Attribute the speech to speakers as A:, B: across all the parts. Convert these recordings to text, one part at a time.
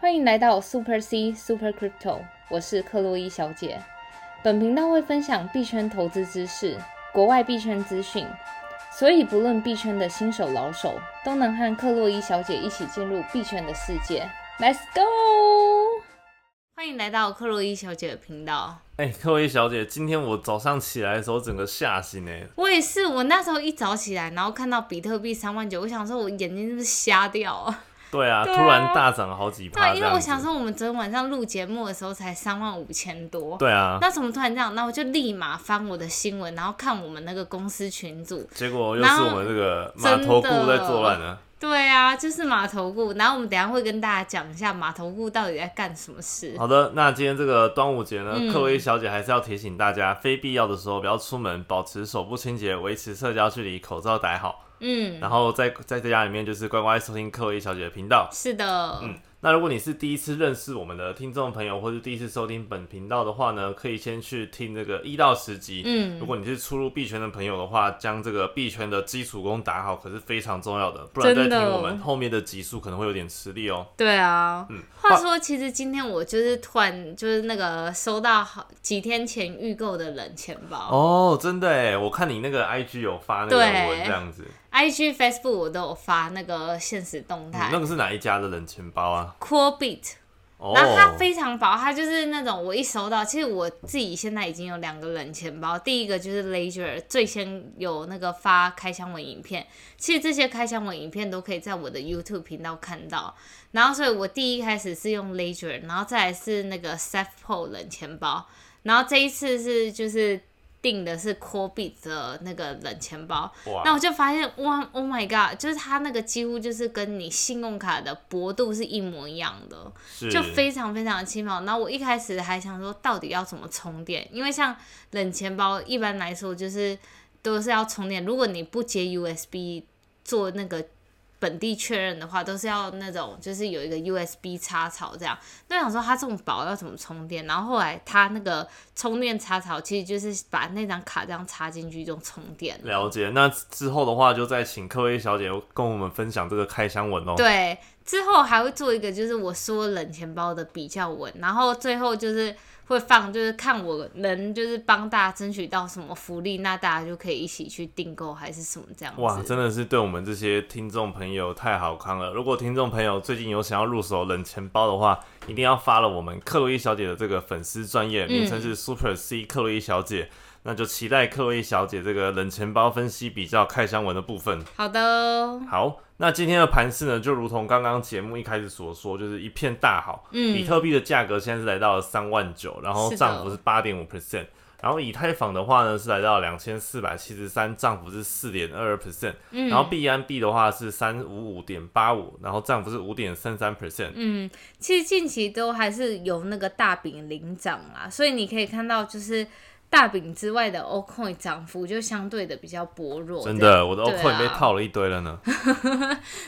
A: 欢迎来到 Super C Super Crypto，我是克洛伊小姐。本频道会分享币圈投资知识、国外币圈资讯，所以不论币圈的新手老手，都能和克洛伊小姐一起进入币圈的世界。Let's go！欢迎来到克洛伊小姐的频道。
B: 哎、各位小姐，今天我早上起来的时候，整个吓醒哎、
A: 我也是，我那时候一早起来，然后看到比特币三万九，我想说我眼睛是不是瞎掉啊？
B: 对啊，
A: 对啊
B: 突然大涨了好几
A: 对啊，
B: 趴，
A: 因为我想，说我们昨天晚上录节目的时候才三万五千多。
B: 对啊，
A: 那怎么突然这样？那我就立马翻我的新闻，然后看我们那个公司群组。
B: 结果又
A: 然
B: 是
A: 后
B: 我们这个码头股在作乱了。
A: 对啊，就是码头顾。然后我们等一下会跟大家讲一下码头顾到底在干什么事。
B: 好的，那今天这个端午节呢，
A: 嗯
B: 克洛伊小姐还是要提醒大家，非必要的时候不要出门，保持手部清洁，维持社交距离，口罩戴好，
A: 嗯，
B: 然后在在家里面就是乖乖收听克洛伊小姐的频道。
A: 是的，
B: 嗯，那如果你是第一次认识我们的听众朋友，或是第一次收听本频道的话呢，可以先去听这个一到十集。
A: 嗯
B: 如果你是初入币圈的朋友的话，将这个币圈的基础功打好可是非常重要的，不然再
A: 真的
B: 听
A: 哦
B: 我们后面的集数可能会有点吃力哦。
A: 对啊。
B: 嗯，
A: 话说，其实今天我就是突然就是那个收到好几天前预购的冷钱包、
B: 哦，真的哎，我看你那个 IG 有发那个
A: 对
B: 文这样子，
A: i g Facebook 我都有发那个现实动
B: 嗯
A: 态、
B: 那个是哪一家的冷钱包啊？
A: Cool Beat，
B: 哦，
A: 然后它非常薄，它就是那种我一收到，其实我自己现在已经有两个冷钱包，第一个就是 Ledger 最先有那个发开箱文影片，其实这些开箱文影片都可以在我的 YouTube 频道看到。然后所以我第一开始是用 Ledger，然后再来是那个 s e f p o 冷钱包，然后这一次是就是订的是 Corbit 的那个冷钱包，那
B: 哇，
A: 我就发现哇，Oh my god，就是它那个几乎就是跟你信用卡的薄度是一模一样的。
B: 是
A: 就非常非常的轻薄。然后我一开始还想说，到底要怎么充电？因为像冷钱包一般来说就是都是要充电，如果你不接 USB 做那个本地确认的话，都是要那种就是有一个 USB 插槽这样。那想说它这么薄要怎么充电？然后后来它那个充电插槽其实就是把那张卡这样插进去就充电了。
B: 了解。那之后的话，就再请克薇小姐跟我们分享这个开箱文哦。
A: 对，之后还会做一个就是我说冷钱包的比较文，然后最后就是会放，就是看我能就是帮大家争取到什么福利，那大家就可以一起去订购还是什么这样子。
B: 哇，真的是对我们这些听众朋友太好康了！如果听众朋友最近有想要入手冷钱包的话，一定要发了我们克洛伊小姐的这个粉丝专业，名
A: 嗯
B: 称是 Super C 克洛伊小姐。那就期待克洛伊小姐这个冷钱包分析比较开箱文的部分。
A: 好的哦，
B: 好，那今天的盘势呢，就如同刚刚节目一开始所说，就是一片大好。
A: 嗯
B: 比特币的价格现在是来到了三万九，然后
A: 是的
B: 涨幅是八点五 percent。然后以太坊的话呢，是来到两千四百七十三，涨幅是四点二二 percent。
A: 嗯
B: 然后币安币的话是三五五点八五，然后涨幅是五点三三 percent。
A: 嗯，其实近期都还是有那个大饼领涨啦，所以你可以看到就是大饼之外的 o c o i 涨幅就相对的比较薄弱。
B: 真的，我的
A: 对啊
B: Ocoin 被套了一堆了呢。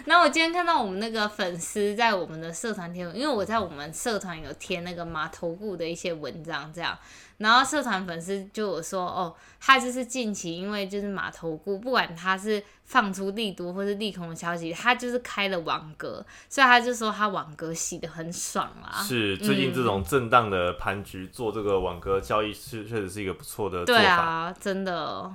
A: 然后我今天看到我们那个粉丝在我们的社团贴文，因为我在我们社团有贴那个码头顾的一些文章，这样，然后社团粉丝就有说，哦，他就是近期因为就是码头顾，不管他是放出利多或是利空的消息，他就是开了网格，所以他就说他网格洗的很爽啦。
B: 是最近
A: 嗯
B: 这种震荡的盘局，做这个网格交易是确实是一个不错的做
A: 对
B: 法。
A: 啊，真的。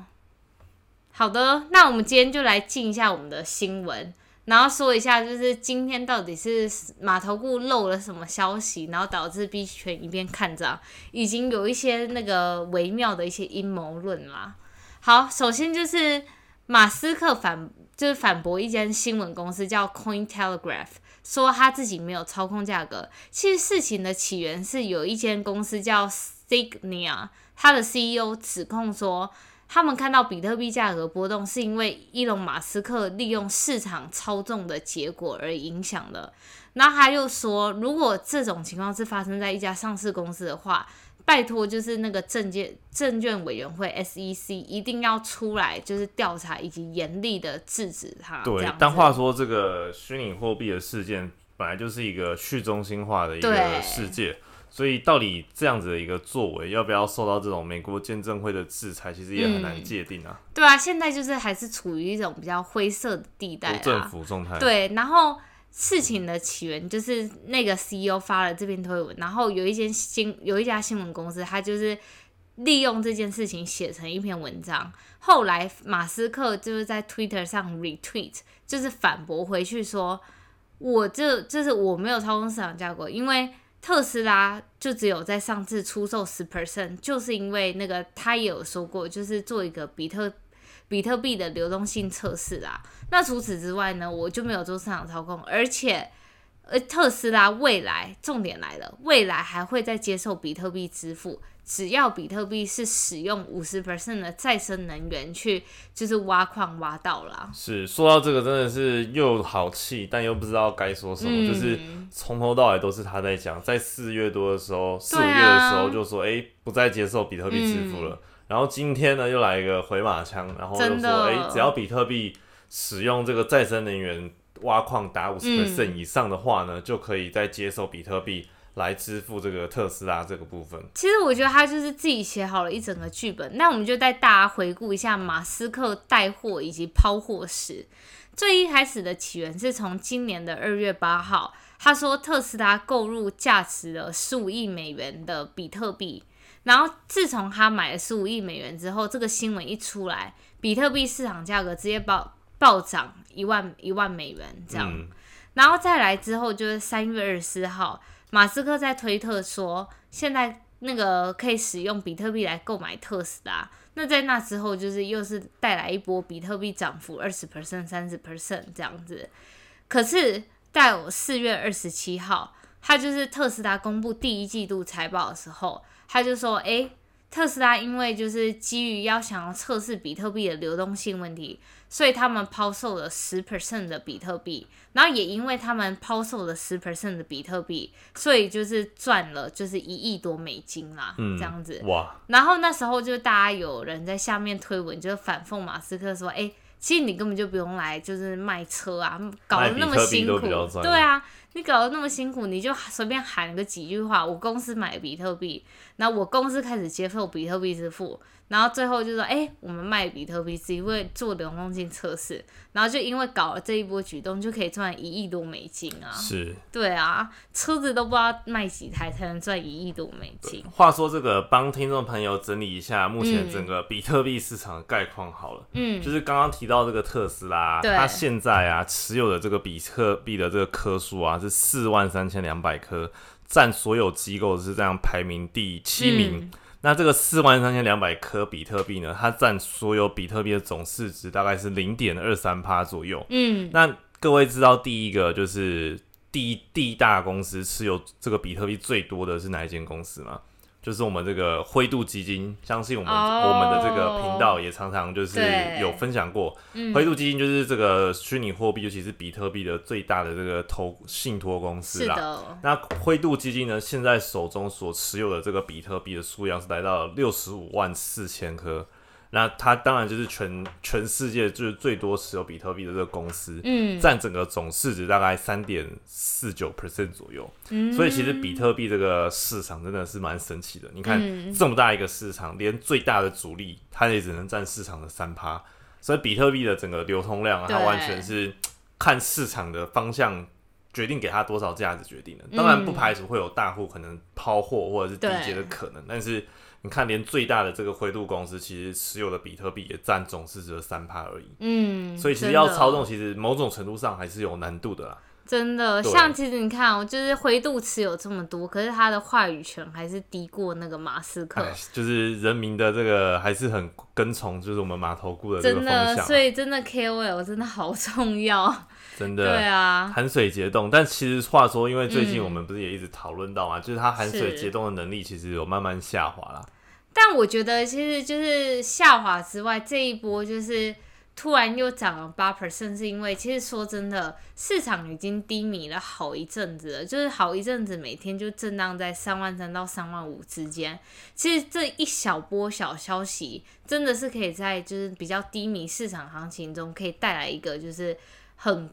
A: 好的，那我们今天就来进一下我们的新闻，然后说一下就是今天到底是码头顾漏了什么消息，然后导致币圈一边看涨，已经有一些那个微妙的一些阴谋论啦。好，首先就是马斯克反就是反驳一间新闻公司叫 Coin Telegraph，说他自己没有操控价格。其实事情的起源是有一间公司叫 Signia，它的 CEO 指控说，他们看到比特币价格波动是因为伊隆马斯克利用市场操纵的结果而影响的。然后他又说，如果这种情况是发生在一家上市公司的话，拜托就是那个证券证券委员会 SEC 一定要出来，就是调查以及严厉的制止他。啊这
B: 对
A: 样，
B: 但
A: 子
B: 话说这个虚拟货币的事件本来就是一个去中心化的一
A: 对
B: 个世界，所以到底这样子的一个作为要不要受到这种美国见证会的制裁，其实也很难
A: 嗯
B: 界定啊。
A: 对啊，现在就是还是处于一种比较灰色的地带
B: 哦多政
A: 啊。
B: 府状态，
A: 对，然后事情的起源就是那个 CEO 发了这篇推文，然后有一间新有一家新闻公司，它就是利用这件事情写成一篇文章。后来马斯克就是在 Twitter 上 retweet，就是反驳回去说，我这就是我没有操纵市场价格，因为特斯拉就只有在上次出售十 percent，就是因为那个他也有说过，就是做一个比特比特币的流动性测试啦。那除此之外呢，我就没有做市场操控，而且，呃，特斯拉未来重点来了，未来还会再接受比特币支付，只要比特币是使用五十 percent 的再生能源去，就是挖矿挖到啦。
B: 是说到这个，真的是又好气，但又不知道该说什么，
A: 嗯
B: 就是从头到尾都是他在讲。在四月多的时候，四五
A: 对
B: 月
A: 啊嗯
B: 的时候就说，哎、不再接受比特币支付了。然后今天呢，又来一个回马枪，然后又
A: 真
B: 说，
A: 的
B: 哎、只要比特币使用这个再生能源挖矿达五十
A: 嗯
B: percent 以上的话呢，就可以再接受比特币来支付这个特斯拉这个部分。
A: 其实我觉得他就是自己写好了一整个剧本。那我们就带大家回顾一下马斯克带货以及抛货时。最一开始的起源是从今年的二月八号，他说特斯拉购入价值了十五亿美元的比特币。然后自从他买了十五亿美元之后，这个新闻一出来，比特币市场价格直接暴暴涨一万一万美元这样。
B: 嗯，
A: 然后再来之后就是三月二十四号，马斯克在推特说，现在那个可以使用比特币来购买特斯拉。那在那之后，就是又是带来一波比特币涨幅二十 percent、三十 percent 这样子。可是，在我四月二十七号，他就是特斯拉公布第一季度财报的时候，他就说：“诶，特斯拉因为就是基于要想要测试比特币的流动性问题，所以他们抛售了十 percent 的比特币，然后也因为他们抛售了十 percent 的比特币，所以就是赚了就是一亿多美金啦，
B: 嗯
A: 这样子。
B: 哇，
A: 然后那时候就大家有人在下面推文，就是反讽马斯克说：“哎、其实你根本就不用来，就是卖车啊，搞得那么辛
B: 卖比特币都
A: 苦
B: 比较，赚
A: 对啊，你搞得那么辛苦，你就随便喊个几句话，我公司买比特币，然后我公司开始接受比特币支付，然后最后就说：哎、我们卖比特币是因为做流动性测试，然后就因为搞了这一波举动，就可以赚一亿多美金啊！
B: 是。
A: 对啊，车子都不知道卖几台才能赚一亿多美金。”
B: 话说这个，帮听众朋友整理一下目前整个比特币市场的概况好了。
A: 嗯
B: 就是刚刚提到这个特斯拉，
A: 对
B: 它现在啊持有的这个比特币的这个颗数啊是四万三千两百颗，占所有机构是这样排名第七名。
A: 嗯
B: 那这个四万三千两百颗比特币呢，它占所有比特币的总市值大概是零点二三趴左右。
A: 嗯，
B: 那各位知道第一个就是第一第一大公司持有这个比特币最多的是哪一间公司吗？就是我们这个灰度基金，相信我们、
A: 哦
B: 我们的这个频道也常常就是
A: 对嗯
B: 有分享过，灰度基金就是这个虚拟货币，尤其是比特币的最大的这个投信托公司
A: 是
B: 啦。
A: 的，
B: 那灰度基金呢，现在手中所持有的这个比特币的数量是来到六十五万四千颗。那它当然就是全全世界就是最多持有比特币的这个公司，
A: 嗯，
B: 占整个总市值大概三点四九 percent 左右。
A: 嗯
B: 所以其实比特币这个市场真的是蛮神奇的。你看、
A: 嗯
B: 这么大一个市场，连最大的主力它也只能占市场的三趴，所以比特币的整个流通量啊，它
A: 对
B: 完全是看市场的方向。决定给它多少价值决定的，当然不排除会有大户可能抛货或者是
A: 嗯
B: 低
A: 对
B: 阶的可能，但是你看，连最大的这个灰度公司其实持有的比特币也占总市值的三趴而已，
A: 嗯，
B: 所以其实
A: 真
B: 要
A: 的
B: 操纵，其实某种程度上还是有难度的啦。
A: 真的，
B: 对
A: 像其实你看、哦，就是灰度持有这么多，可是他的话语权还是低过那个马斯克
B: 哎，就是人民的这个还是很跟从，就是我们码头菇的这个
A: 真
B: 方向
A: 的，
B: 啊，
A: 所以真的 KOL 真的好重要，
B: 真
A: 对
B: 的
A: 啊，
B: 寒水结冻。但其实话说，因为最近
A: 嗯
B: 我们不是也一直讨论到嘛，就是它含水
A: 是
B: 结冻的能力其实有慢慢下滑啦。
A: 但我觉得其实就是下滑之外，这一波就是。突然又涨了八 percent，是因为其实说真的，市场已经低迷了好一阵子了，就是好一阵子每天就震荡在三万三到三万五之间。其实这一小波小消息，真的是可以在就是比较低迷市场行情中，可以带来一个就是很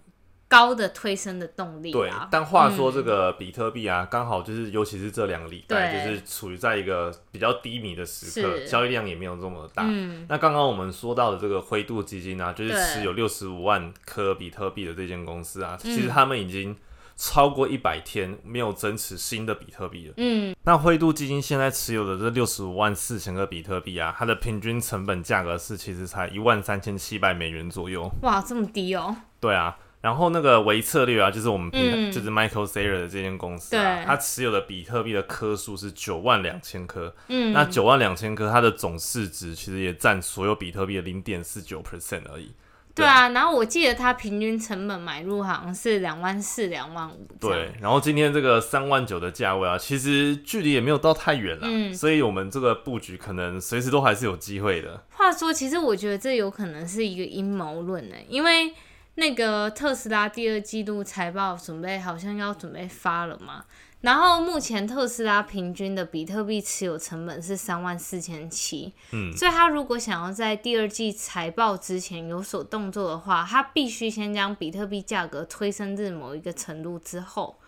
A: 高的推升的动力
B: 对
A: 啊，。嗯
B: 但话说这个比特币啊，刚、好就是尤其是这两个礼拜，就
A: 对
B: 是处于在一个比较低迷的时刻，
A: 是
B: 交易量也没有这么大。
A: 嗯，
B: 那刚刚我们说到的这个灰度基金啊，就是
A: 对
B: 持有六十五万颗比特币的这间公司啊，
A: 嗯
B: 其实他们已经超过一百天没有增持新的比特币了。
A: 嗯，
B: 那灰度基金现在持有的这六十五万四千个比特币啊，它的平均成本价格是其实才一万三千七百美元左右。
A: 哇，这么低哦，
B: 对啊，然后那个维策略啊，就是我们平台、
A: 嗯
B: 就是 Michael Saylor 的这间公司啊
A: 对，
B: 它持有的比特币的颗数是九万两千颗，
A: 嗯，
B: 那九万两千颗它的总市值其实也占所有比特币的零点四九 percent 而已。
A: 对啊，然后我记得它平均成本买入好像是两万四、两万五这样。
B: 对，然后今天这个三万九的价位啊，其实距离也没有到太远啦，
A: 嗯
B: 所以我们这个布局可能随时都还是有机会的。
A: 话说，其实我觉得这有可能是一个阴谋论呢，因为那个特斯拉第二季度财报准备好像要准备发了嘛。然后目前特斯拉平均的比特币持有成本是三万四千七，
B: 嗯，
A: 所以他如果想要在第二季财报之前有所动作的话，他必须先将比特币价格推升至某一个程度之后，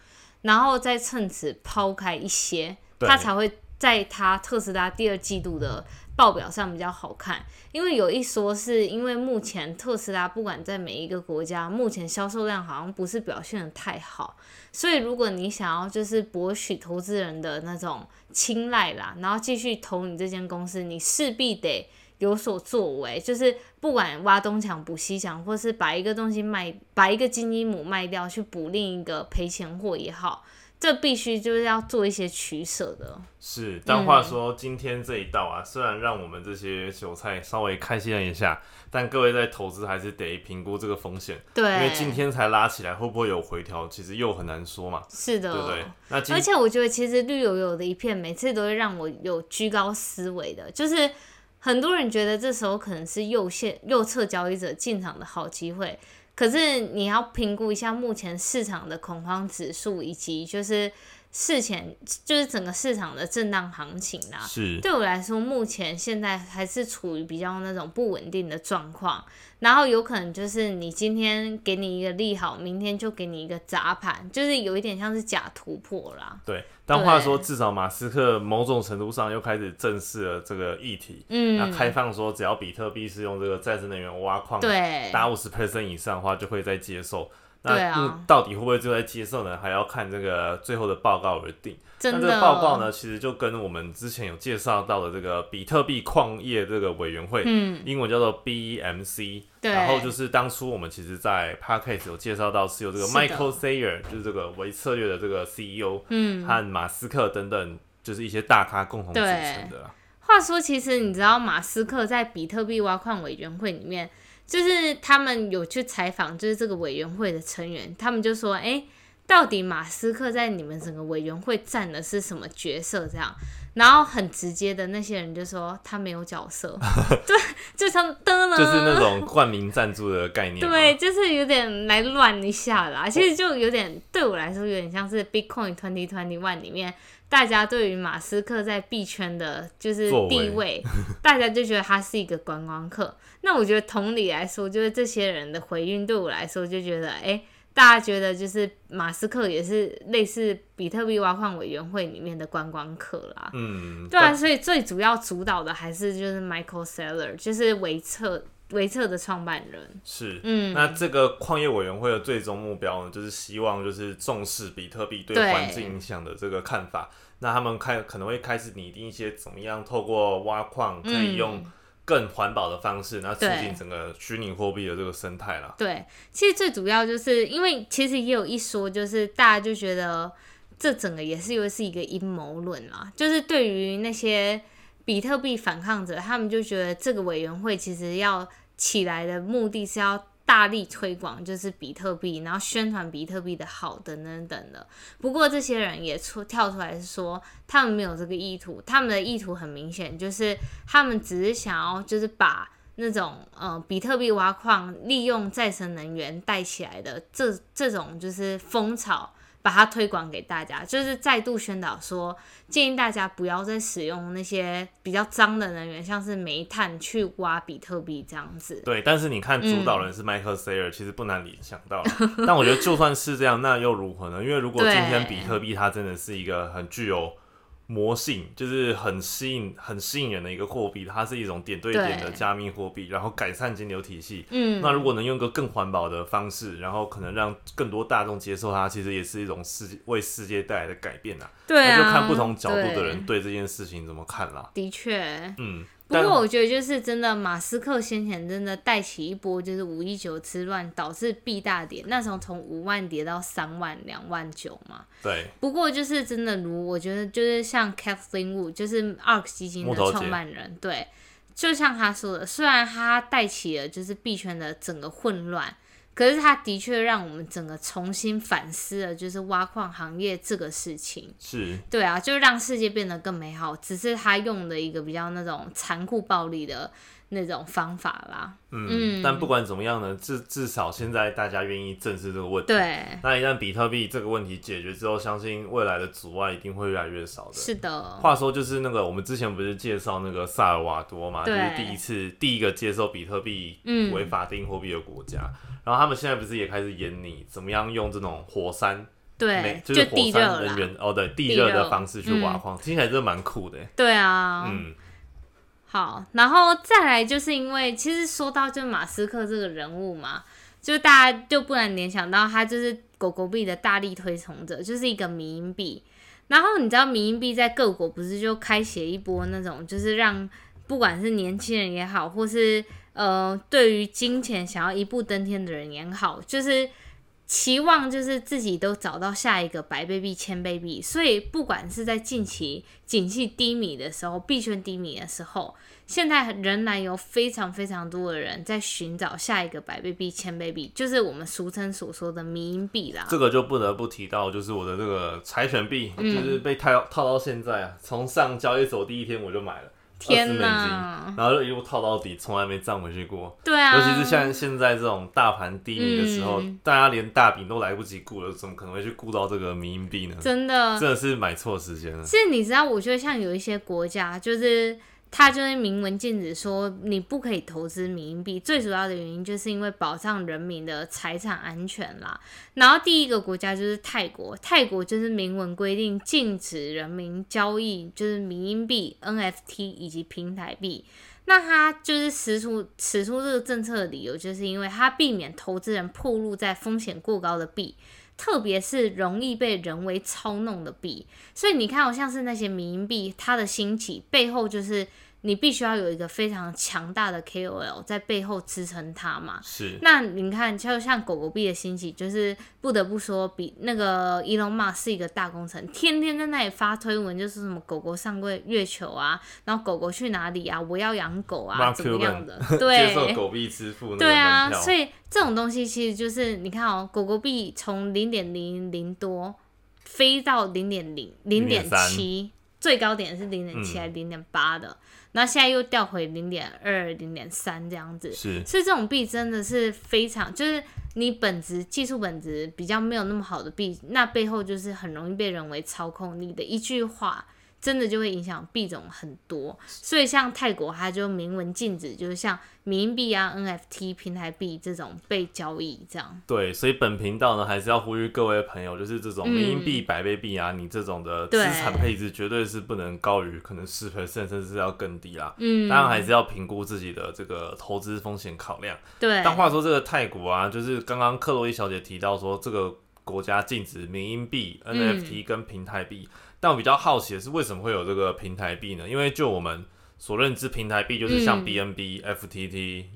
A: 然后再趁此抛开一些，
B: 对
A: 他才会在他特斯拉第二季度的报表上比较好看。因为有一说是因为目前特斯拉不管在每一个国家，目前销售量好像不是表现的太好，所以如果你想要就是博取投资人的那种青睐啦，然后继续投你这间公司，你势必得。有所作为，就是不管挖东墙补西墙，或是把一个东西卖，把一个金鸡母卖掉去补另一个赔钱货也好，这必须就是要做一些取舍的。
B: 是。但
A: 嗯
B: 话说，今天这一道啊，虽然让我们这些韭菜稍微开心了一下，但各位在投资还是得评估这个风险。因为
A: 对，
B: 今天才拉起来，会不会有回调，其实又很难说嘛，
A: 是的，
B: 对不对？那今
A: 而且我觉得其实绿油油的一片，每次都会让我有居高思维的，就是很多人觉得这时候可能是右线右侧交易者进场的好机会，可是你要评估一下目前市场的恐慌指数，以及就是事前就是整个市场的震荡行情啊啦、
B: 是
A: 对我来说，目前现在还是处于比较那种不稳定的状况，然后有可能就是你今天给你一个利好，明天就给你一个砸盘，就是有一点像是假突破啦。
B: 对。但话说，
A: 对
B: 至少马斯克某种程度上又开始正视了这个议题，那
A: 嗯，
B: 开放说，只要比特币是用这个再生能源挖矿
A: 对，
B: 达五十 percent 以上的话，就会再接受。那
A: 对啊
B: 嗯到底会不会就在接受呢？还要看这个最后的报告而定。那
A: 真
B: 这
A: 的
B: 个报告？呢，其实就跟我们之前有介绍到的这个比特币矿业这个委员会，
A: 嗯，
B: 英文叫做 BEMC，
A: 对
B: 然后就是当初我们其实，在 podcast 有介绍到是由这个
A: 是的
B: Michael Sayer，就是这个微策略的这个 CEO
A: 嗯，
B: 和马斯克等等，就是一些大咖共同组成的啦。
A: 话说，其实你知道马斯克在比特币挖矿委员会里面，就是他们有去采访，就是这个委员会的成员，他们就说，哎、到底马斯克在你们整个委员会占的是什么角色？这样，然后很直接的那些人就说他没有角 色，对，就像噔了，
B: 就是那种冠名赞助的概念嘛，
A: 对，就是有点来乱一下
B: 哦
A: 啦。其实就有点对我来说，有点像是 Bitcoin Twenty Twenty One 里面大家对于马斯克在币圈的就是
B: 作为
A: 地 位，大家就觉得他是一个观光客。那我觉得同理来说，就是这些人的回应对我来说就觉得，哎、大家觉得就是马斯克也是类似比特币挖矿委员会里面的观光客啦。
B: 嗯，
A: 对啊，所以最主要主导的还是就是 Michael Saylor，就是维策维策的创办人。
B: 是，
A: 嗯
B: 那这个矿业委员会的最终目标呢，就是希望就是重视比特币对
A: 对
B: 环境影响的这个看法。那他们开可能会开始拟定一些怎么样透过挖矿可以
A: 嗯
B: 用更环保的方式，那、促
A: 对
B: 进整个虚拟货币的这个生态啦。
A: 对，其实最主要就是因为其实也有一说，就是大家就觉得这整个也是又是一个阴谋论啦，就是对于那些比特币反抗者，他们就觉得这个委员会其实要起来的目的是要。大力推广就是比特币，然后宣传比特币的好等等等的。不过这些人也出跳出来说，他们没有这个意图，他们的意图很明显，就是他们只是想要就是把那种呃比特币挖矿利用再生能源带起来的这这种就是风潮把它推广给大家，就是再度宣导说，建议大家不要再使用那些比较脏的能源，像是煤炭去挖比特币这样子。
B: 对，但是你看主
A: 嗯
B: 导人是迈克尔 Sayer，、其实不难理想到。但我觉得就算是这样，那又如何呢？因为如果今
A: 对
B: 天比特币它真的是一个很具有魔性，就是很吸引、很吸引人的一个货币，它是一种点对点的
A: 对
B: 加密货币，然后改善金流体系。
A: 嗯，
B: 那如果能用一个更环保的方式，然后可能让更多大众接受它，其实也是一种世界为世界带来的改变啊。
A: 对啊，
B: 那就看不同角度的人
A: 对。
B: 对这件事情怎么看啦。
A: 的确，
B: 嗯，
A: 不
B: 但
A: 过我觉得就是真的，马斯克先前真的带起一波就是五一九之乱，导致币大跌，那时候从五万跌到三万、两万九嘛。
B: 对
A: 不过就是真的如我觉得就是像 Kathleen Wu，就是 ARK 基金
B: 木
A: 的
B: 头姐
A: 创办人，对，就像他说的，虽然他带起了就是币圈的整个混乱，可是他的确让我们整个重新反思了，就是挖矿行业这个事情。
B: 是
A: 对啊，就是让世界变得更美好，只是他用的一个比较那种残酷暴力的那种方法啦。
B: 嗯，但不管怎么样呢，至至少现在大家愿意正视这个问题。
A: 对，
B: 那一旦比特币这个问题解决之后，相信未来的阻碍一定会越来越少的。
A: 是的，
B: 话说，就是那个我们之前不是介绍那个萨尔瓦多嘛，就
A: 对
B: 是第一次第一个接受比特币
A: 嗯
B: 为法定货币的国家。然后他们现在不是也开始演你怎么样用这种火山，
A: 对
B: 煤，就
A: 就是地
B: 火
A: 热
B: 山能
A: 啦。
B: 源哦，对，地
A: 地
B: 热
A: 热嗯
B: 的方式去挖矿，听起来真的蛮酷的。
A: 对啊，
B: 嗯，
A: 好，然后再来就是因为其实说到就马斯克这个人物嘛，就大家就不难联想到他就是狗狗币的大力推崇者，就是一个迷因币。然后你知道迷因币在各国不是就开写一波那种，就是呃让不管是年轻人也好，或是呃对于金钱想要一步登天的人也好，就是期望就是自己都找到下一个百倍币、千倍币。所以不管是在近期景气低迷的时候，币圈低迷的时候，现在仍然有非常非常多的人在寻找下一个百倍币、千倍币，就是我们俗称所说的迷因币啦。
B: 这个就不得不提到，就是我的这个柴犬币，
A: 嗯
B: 就是被套套到现在啊，从上交易所第一天我就买了。
A: 天
B: 20美
A: 哪
B: 金，然后就一路套到底，从来没站回去过。
A: 对啊，
B: 尤其是像现在这种大盘低迷的时候，
A: 嗯
B: 大家连大饼都来不及顾了，怎么可能会去顾到这个迷因币呢？
A: 真的，
B: 真的是买错时间了。
A: 是你知道，我觉得像有一些国家，就是它就是明文禁止说你不可以投资民营币，最主要的原因就是因为保障人民的财产安全啦。然后第一个国家就是泰国，泰国就是明文规定禁止人民交易就是民营币、NFT 以及平台币。那他就是使出使出这个政策的理由，就是因为他避免投资人暴露在风险过高的币，特别是容易被人为操弄的币。所以你看哦，像是那些民营币，它的兴起背后就是你必须要有一个非常强大的 KOL 在背后支撑它嘛。
B: 是，
A: 那你看，就像狗狗币的兴起，就是不得不说，比那个 Elon Musk 是一个大工程，天天在那里发推文，就是什么狗狗上过月球啊，然后狗狗去哪里啊，我要养狗啊，
B: Mark，
A: 怎么样的对，
B: 接受狗币支付那个
A: 对啊，
B: 门票
A: 所以这种东西其实就是你看哦，狗狗币从零点零零多飞到零点零零点七，最高点是零点
B: 嗯
A: 七还是零点八的，那、现在又掉回零点二、零点三这样子。
B: 是
A: 所以这种币真的是非常，就是你本质技术本质比较没有那么好的币，那背后就是很容易被人为操控。你的一句话真的就会影响币种很多。所以像泰国，它就明文禁止，就是像民营币啊、NFT 平台币这种被交易这样。
B: 对，所以本频道呢，还是要呼吁各位朋友，就是这种
A: 嗯
B: 民营币、百倍币啊，你这种的资
A: 对
B: 产配置绝对是不能高于可能十 percent，甚至要更低啦。
A: 嗯，
B: 当然还是要评估自己的这个投资风险考量。
A: 对，
B: 但话说这个泰国啊，就是刚刚克洛伊小姐提到说，这个国家禁止民营币、
A: 嗯
B: NFT 跟平台币。但我比较好奇的是，为什么会有这个平台币呢？因为就我们所认知，平台币就是
A: 嗯
B: 像 BNB、FTT、
A: 对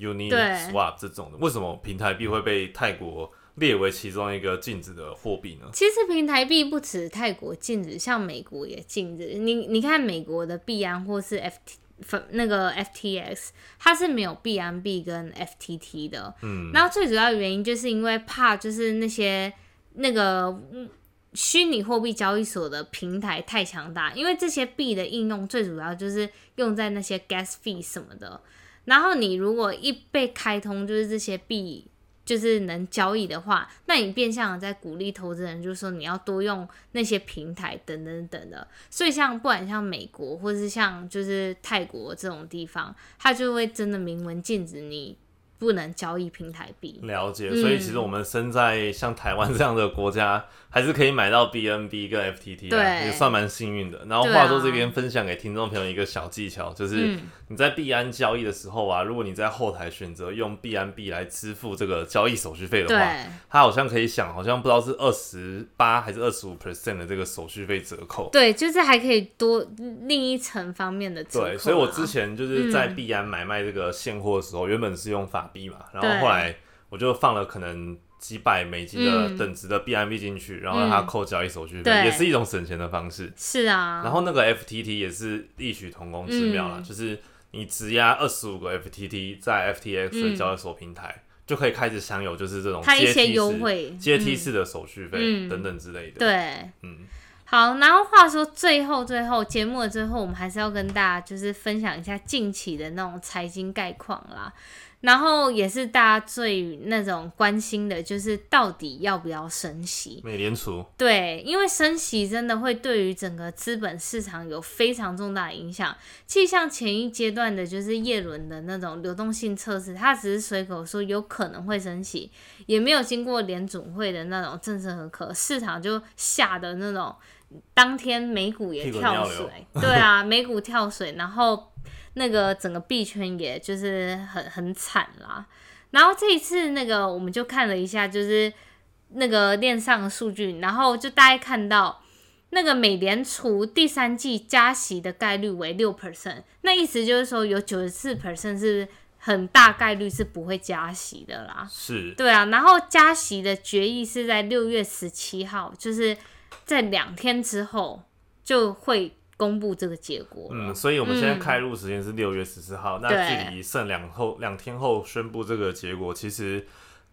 B: Uniswap 这种的，为什么平台币会被泰国列为其中一个禁止的货币呢？
A: 其实平台币不止泰国禁止，像美国也禁止。你你看美国的币安或是 FT 那个 FTX，它是没有币安币跟 FTT 的。嗯，然后最主要的原因就是因为怕就是那些那个嗯虚拟货币交易所的平台太强大，因为这些币的应用最主要就是用在那些 gas fee 什么的。然后你如果一被开通，就是这些币就是能交易的话，那你变相的在鼓励投资人，就是说你要多用那些平台等等等的。所以像不管像美国或是像就是泰国这种地方，它就会真的明文禁止你不能交易平台币。
B: 了解，
A: 嗯
B: 所以其实我们身在像台湾这样的国家，还是可以买到 BNB 跟 FTT，、啊、
A: 对
B: 也算蛮幸运的。然后
A: 对啊
B: 话说这边分享给听众朋友一个小技巧，就是
A: 嗯
B: 你在币安交易的时候啊，如果你在后台选择用币安币来支付这个交易手续费的话，
A: 对
B: 它好像可以享，好像不知道是二十八还是二十五 percent 的这个手续费折扣。
A: 对，就是还可以多另一层方面的折扣啊、
B: 对，所以我之前就是在
A: 嗯
B: 币安买卖这个现货的时候，原本是用法币嘛，然后
A: 对
B: 后来我就放了可能几百美金的
A: 嗯
B: 等值的币安币进去，然后让它扣交易手续费，
A: 对
B: 也是一种省钱的方式。
A: 是啊，
B: 然后那个 FTT 也是异曲同工之妙啦，
A: 嗯
B: 就是你质押二十五个 FTT 在 FTX 的
A: 嗯
B: 交易所平台，就可以开始享有就是这种
A: 它一
B: 阶梯
A: 些
B: 式
A: 优惠
B: 阶梯
A: 嗯
B: 式的手续费
A: 嗯
B: 等等之类的。，
A: 对，
B: 嗯，
A: 好，然后话说最后最后节目的最后，我们还是要跟大家就是分享一下近期的那种财经概况啦。然后也是大家最那种关心的，就是到底要不要升息？
B: 美联储
A: 对，因为升息真的会对于整个资本市场有非常重大的影响。其实像前一阶段的，就是耶伦的那种流动性测试，他只是随口说有可能会升息，也没有经过联总会的那种正式核可，市场就吓得那种当天美股也
B: 屁股
A: 跳
B: 尿流
A: 水，对啊，美股跳水，然后那个整个币圈也就是很很惨啦。然后这一次那个我们就看了一下，就是那个链上的数据，然后就大概看到那个美联储第三季加息的概率为六 percent，那意思就是说有九十四 percent 是很大概率是不会加息的啦。
B: 是
A: 对啊，然后加息的决议是在六月十七号，就是在两天之后就会公布这个结果了。
B: 嗯，所以我们现在
A: 嗯
B: 开录时间是六月十四号，那
A: 对
B: 距离剩两后两天后宣布这个结果，其实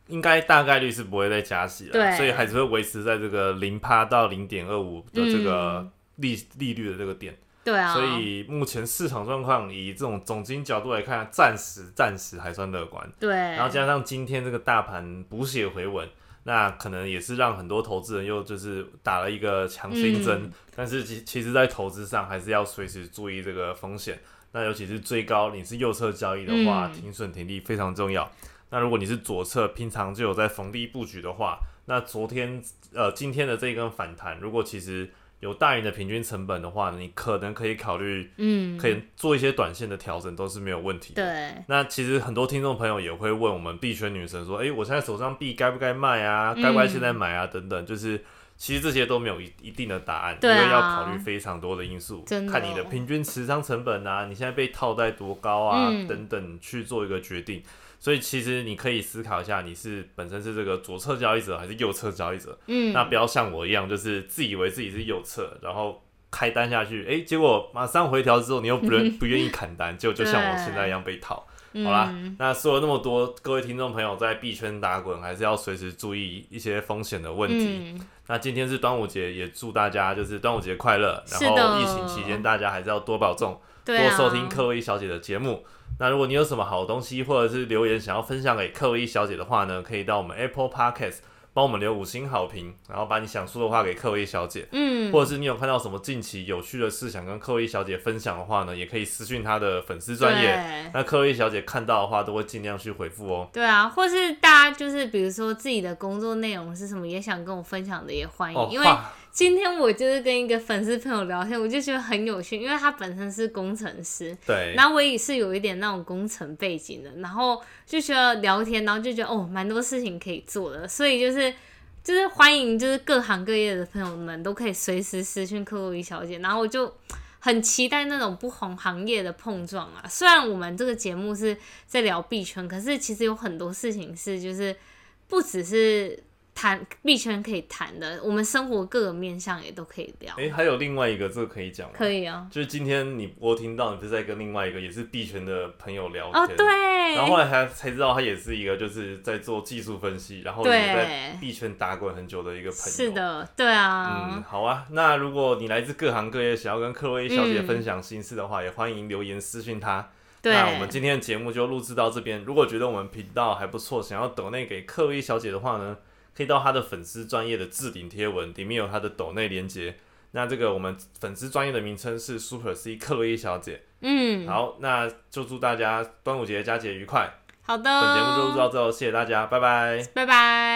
B: 应该大概率是不会再加息了，
A: 对
B: 所以还是会维持在这个零趴到零点二五的这
A: 嗯
B: 个利、利率的这个点。
A: 对啊，
B: 所以目前市场状况以这种总金角度来看，暂时暂时还算乐观。
A: 对，
B: 然后加上今天这个大盘补血回稳，那可能也是让很多投资人又就是打了一个强心
A: 嗯
B: 针。但是其其实，在投资上还是要随时注意这个风险。那尤其是追高，你是右侧交易的话，
A: 嗯
B: 停损停利非常重要。那如果你是左侧，平常就有在逢低布局的话，那昨天呃今天的这一根反弹，如果其实有大于你的平均成本的话，你可能可以考虑
A: 嗯，
B: 可以做一些短线的调整，都是没有问题的。
A: 对，
B: 那其实很多听众朋友也会问我们币圈女神说：“哎、我现在手上币该不该卖啊？
A: 嗯
B: 该不该现在买啊？等等，就是其实这些都没有一一定的答案，
A: 对啊
B: 因为要考虑非常多的因素，
A: 真的
B: 看你的平均持仓成本啊，你现在被套在多高啊，
A: 嗯
B: 等等去做一个决定。所以其实你可以思考一下，你是本身是这个左侧交易者还是右侧交易者？
A: 嗯，
B: 那不要像我一样，就是自以为自己是右侧，然后开单下去，哎、结果马上回调之后，你又不 愿不愿意砍单，结果就像我现在一样被套。好啦，
A: 嗯
B: 那说了那么多，各位听众朋友在币圈打滚，还是要随时注意一些风险的问题。
A: 嗯，
B: 那今天是端午节，也祝大家就是端午节快乐。然
A: 是
B: 后
A: 的
B: 疫情期间，大家还是要多保重，
A: 对
B: 多
A: 啊，
B: 收听克洛伊小姐的节目。那如果你有什么好东西，或者是留言想要分享给克洛伊小姐的话呢，可以到我们 Apple Podcast 帮我们留五星好评，然后把你想说的话给克洛伊小姐。
A: 嗯，
B: 或者是你有看到什么近期有趣的事想跟克洛伊小姐分享的话呢，也可以私讯她的粉丝专业。
A: 对
B: 那克洛伊小姐看到的话，都会尽量去回复哦。
A: 对啊，或是大家就是比如说自己的工作内容是什么，也想跟我分享的也欢迎。
B: 哦，
A: 因为
B: 话
A: 今天我就是跟一个粉丝朋友聊天，我就觉得很有趣，因为他本身是工程师，
B: 对，
A: 然后我也是有一点那种工程背景的，然后就觉得聊天，然后就觉得哦，蛮多事情可以做的，所以就是。就是欢迎，就是各行各业的朋友们都可以随时私讯克洛伊小姐，然后我就很期待那种不同行业的碰撞啊。虽然我们这个节目是在聊币圈，可是其实有很多事情是就是不只是谈币圈可以谈的，我们生活各个面向也都可以聊，
B: 哎、还有另外一个，这个可以讲吗？
A: 可以啊。
B: 就是今天你我听到你不是在跟另外一个也是币圈的朋友聊天，
A: 哦，对，
B: 然后后来才才知道他也是一个就是在做技术分析，然后也
A: 对
B: 在币圈打滚很久的一个朋友。
A: 是的，对啊。
B: 嗯，好啊。那如果你来自各行各业，想要跟克洛伊小姐
A: 嗯
B: 分享心事的话，也欢迎留言私讯她。
A: 对
B: 那我们今天的节目就录制到这边。如果觉得我们频道还不错，想要抖内给克洛伊小姐的话呢，可以到她的粉丝专业的置顶贴文，里面有她的抖内连接。那这个我们粉丝专业的名称是 Super C 克洛伊小姐。
A: 嗯，
B: 好，那就祝大家端午节佳节愉快。
A: 好的，
B: 本节目就录制到这，谢谢大家，拜拜。
A: 拜拜。